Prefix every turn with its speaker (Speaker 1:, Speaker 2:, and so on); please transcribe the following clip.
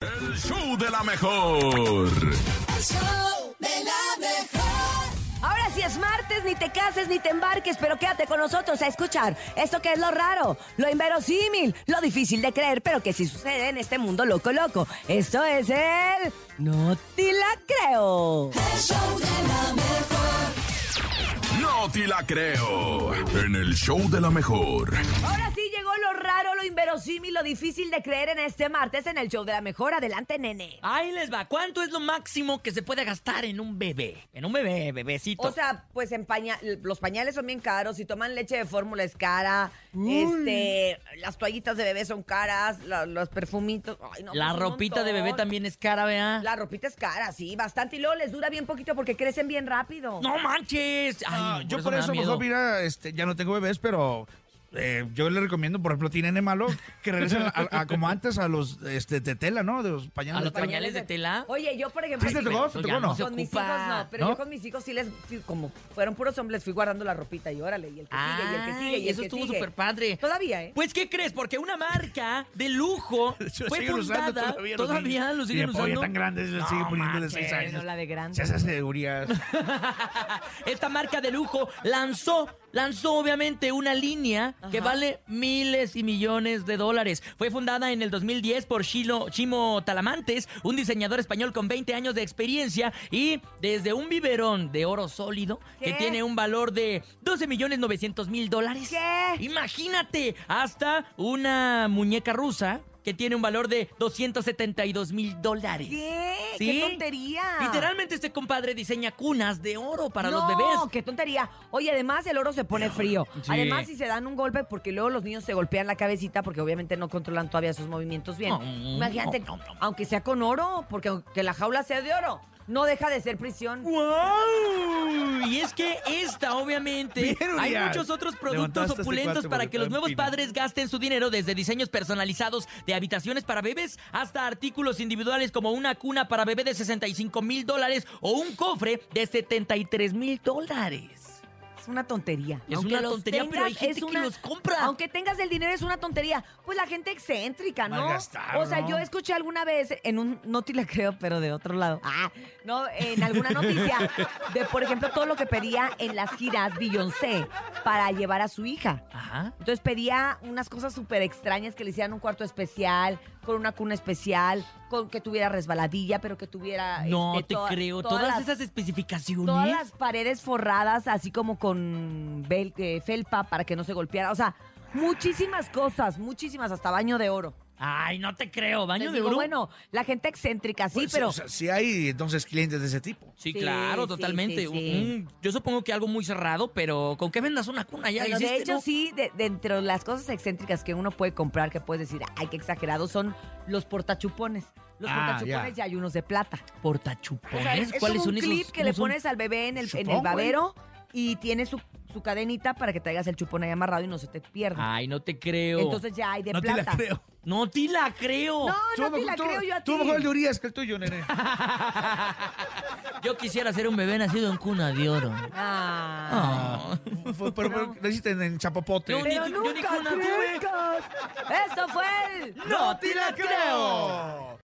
Speaker 1: El show de la mejor.
Speaker 2: El show de la mejor.
Speaker 3: Ahora sí es martes, ni te cases ni te embarques, pero quédate con nosotros a escuchar esto que es lo raro, lo inverosímil, lo difícil de creer, pero que sí sucede en este mundo loco loco. Esto es el No te la creo.
Speaker 2: El show de la mejor.
Speaker 1: No te la creo. En el show de la mejor.
Speaker 3: Ahora sí llegó lo raro, lo inverosímil, lo difícil de creer en este martes en el show de la mejor. Adelante, nene.
Speaker 4: Ahí les va. ¿Cuánto es lo máximo que se puede gastar en un bebé? En un bebé, bebecito.
Speaker 3: O sea, pues en paña- los pañales son bien caros, si toman leche de fórmula es cara,
Speaker 4: Mm.
Speaker 3: este, las toallitas de bebé son caras, la- los perfumitos. ay, no,
Speaker 4: la
Speaker 3: pues, un
Speaker 4: ropita de bebé
Speaker 3: montón.
Speaker 4: también es cara, ¿verdad?
Speaker 3: La ropita es cara, sí, bastante. Y luego les dura bien poquito porque crecen bien rápido.
Speaker 4: No manches. Ay,
Speaker 5: Ah, yo por
Speaker 4: me da
Speaker 5: eso,
Speaker 4: miedo.
Speaker 5: mejor, mira, este, ya no tengo bebés, pero eh, yo le recomiendo, por ejemplo, tiene malo, que regresen a, a- como antes a los este, de tela, ¿no? De los pañales.
Speaker 4: A los
Speaker 5: de tela.
Speaker 4: pañales. de tela?
Speaker 3: Oye, yo, por ejemplo.
Speaker 5: ¿Sí te
Speaker 3: sí,
Speaker 5: tocó?
Speaker 3: pero-
Speaker 4: Eso
Speaker 5: ¿Te
Speaker 4: ya
Speaker 5: tocó o no?
Speaker 4: se
Speaker 3: Con mis hijos
Speaker 4: ocupa.
Speaker 3: no, pero
Speaker 5: ¿No?
Speaker 3: yo con mis hijos sí les, fui- como fueron puros hombres, fui guardando la ropita y órale, y el que sigue, y el que sigue,
Speaker 4: Ay,
Speaker 3: y el
Speaker 4: eso
Speaker 3: que
Speaker 4: estuvo
Speaker 3: sigue.
Speaker 4: súper padre.
Speaker 3: Todavía, ¿eh?
Speaker 4: Pues, ¿qué crees? Porque una marca de lujo fue
Speaker 5: Siguen usando
Speaker 4: fundada.
Speaker 5: todavía los
Speaker 4: todavía
Speaker 5: niños.
Speaker 4: lo
Speaker 5: Y
Speaker 4: siguen
Speaker 5: de pollo
Speaker 4: usando.
Speaker 5: tan grandes, le
Speaker 4: No
Speaker 5: sigue poniéndole seis
Speaker 4: manches,
Speaker 5: años.
Speaker 3: no, la de grande.
Speaker 5: Se hace seguridad.
Speaker 4: Esta marca de lujo lanzó, lanzó obviamente una línea que
Speaker 3: Ajá.
Speaker 4: vale miles y millones de dólares. Fue fundada en el 2010 por Chilo, Chimo Talamantes, un diseñador español con 20 años de experiencia y desde un biberón de oro sólido
Speaker 3: ¿Qué?
Speaker 4: que tiene un valor de 12 millones 900 mil dólares.
Speaker 3: ¿Qué?
Speaker 4: Imagínate, hasta una muñeca rusa que tiene un valor de 272 mil dólares.
Speaker 3: ¿Qué?
Speaker 4: Sí.
Speaker 3: ¡Qué tontería!
Speaker 4: Literalmente este compadre diseña cunas de oro para los
Speaker 3: No,
Speaker 4: bebés.
Speaker 3: qué tontería. Oye, además el oro se pone frío.
Speaker 4: Sí.
Speaker 3: Además, si se dan un golpe, porque luego los niños se golpean la cabecita porque obviamente no controlan todavía sus movimientos bien.
Speaker 4: No,
Speaker 3: Imagínate,
Speaker 4: no, no, no.
Speaker 3: aunque sea con oro, porque aunque la jaula sea de oro, no deja de ser prisión.
Speaker 4: ¡Wow! Y es que esta, obviamente,
Speaker 5: Bien,
Speaker 4: hay
Speaker 5: Urias.
Speaker 4: muchos otros
Speaker 5: Levantaste
Speaker 4: productos
Speaker 5: este
Speaker 4: opulentos
Speaker 5: cuate
Speaker 4: para
Speaker 5: porque
Speaker 4: que los
Speaker 5: está en
Speaker 4: nuevos
Speaker 5: pina.
Speaker 4: padres gasten su dinero desde diseños personalizados de habitaciones para bebés hasta artículos individuales como una cuna para bebé de 65 mil dólares o un cofre de 73 mil dólares.
Speaker 3: Es una tontería.
Speaker 4: Es
Speaker 3: Aunque
Speaker 4: una
Speaker 3: los
Speaker 4: tontería, pero hay gente
Speaker 3: es
Speaker 4: que
Speaker 3: una-
Speaker 4: los compra.
Speaker 3: Aunque tengas el dinero, es una tontería. Pues la gente excéntrica, ¿no?
Speaker 5: Malgastar,
Speaker 3: O sea,
Speaker 5: ¿no?
Speaker 3: yo escuché alguna vez en un, no te la creo, pero de otro lado. Ah, no, en alguna noticia de, por ejemplo, todo lo que pedía en las giras Beyoncé para llevar a su hija.
Speaker 4: Ajá.
Speaker 3: Entonces pedía unas cosas súper extrañas que le hicieran un cuarto especial, con una cuna especial, con que tuviera resbaladilla, pero que tuviera.
Speaker 4: Ah, No
Speaker 3: este,
Speaker 4: te
Speaker 3: toda-
Speaker 4: creo.
Speaker 3: todas
Speaker 4: Todas,
Speaker 3: las-
Speaker 4: esas especificaciones.
Speaker 3: Todas las paredes forradas, así como con vel- eh, felpa para que no se golpeara. O sea, muchísimas cosas, muchísimas, hasta baño de oro.
Speaker 4: Ay, no te creo. Baño
Speaker 3: Les
Speaker 4: de
Speaker 3: digo,
Speaker 4: oro.
Speaker 3: Bueno, la gente excéntrica, sí,
Speaker 5: Pues,
Speaker 3: pero.
Speaker 5: o sea, sí hay entonces clientes de ese tipo.
Speaker 3: Sí,
Speaker 4: Sí, claro,
Speaker 3: sí,
Speaker 4: totalmente.
Speaker 3: sí, sí.
Speaker 4: Mm, yo supongo que algo muy cerrado, pero con que vendas una cuna ya
Speaker 3: Bueno, de
Speaker 4: hiciste,
Speaker 3: hecho,
Speaker 4: ¿no?
Speaker 3: sí, de, de entre las cosas excéntricas que uno puede comprar, que puedes decir, ay, qué exagerado, son los portachupones. Los
Speaker 5: Ah,
Speaker 3: portachupones
Speaker 5: ya.
Speaker 3: y hay unos de plata.
Speaker 4: Portachupones.
Speaker 3: O sea, es
Speaker 4: ¿Cuáles
Speaker 3: como un
Speaker 4: son esos?
Speaker 3: clip que le
Speaker 4: ¿Cómo son?
Speaker 3: pones al bebé en el, en el
Speaker 5: Chupón, güey.
Speaker 3: babero y tiene su, su cadenita para que traigas el chupón ahí amarrado y no se te pierda.
Speaker 4: Ay, no te creo.
Speaker 3: Entonces ya hay de
Speaker 5: no
Speaker 3: plata.
Speaker 5: te la creo.
Speaker 4: No te la
Speaker 3: No,
Speaker 4: creo.
Speaker 3: no
Speaker 5: Tú
Speaker 3: te la
Speaker 5: tú-
Speaker 3: creo yo a ti.
Speaker 5: Tú mejor el de Urias que el tuyo, nene.
Speaker 4: Yo quisiera ser un bebé nacido en cuna de oro.
Speaker 3: Ah.
Speaker 5: Fue- pero pero naciste en, en Chapopote.
Speaker 4: No,
Speaker 3: Pero
Speaker 4: Yo ni- yo ni
Speaker 3: nunca
Speaker 4: con una tuve.
Speaker 3: crezcas. Eso fue el...
Speaker 4: ¡No te la creo!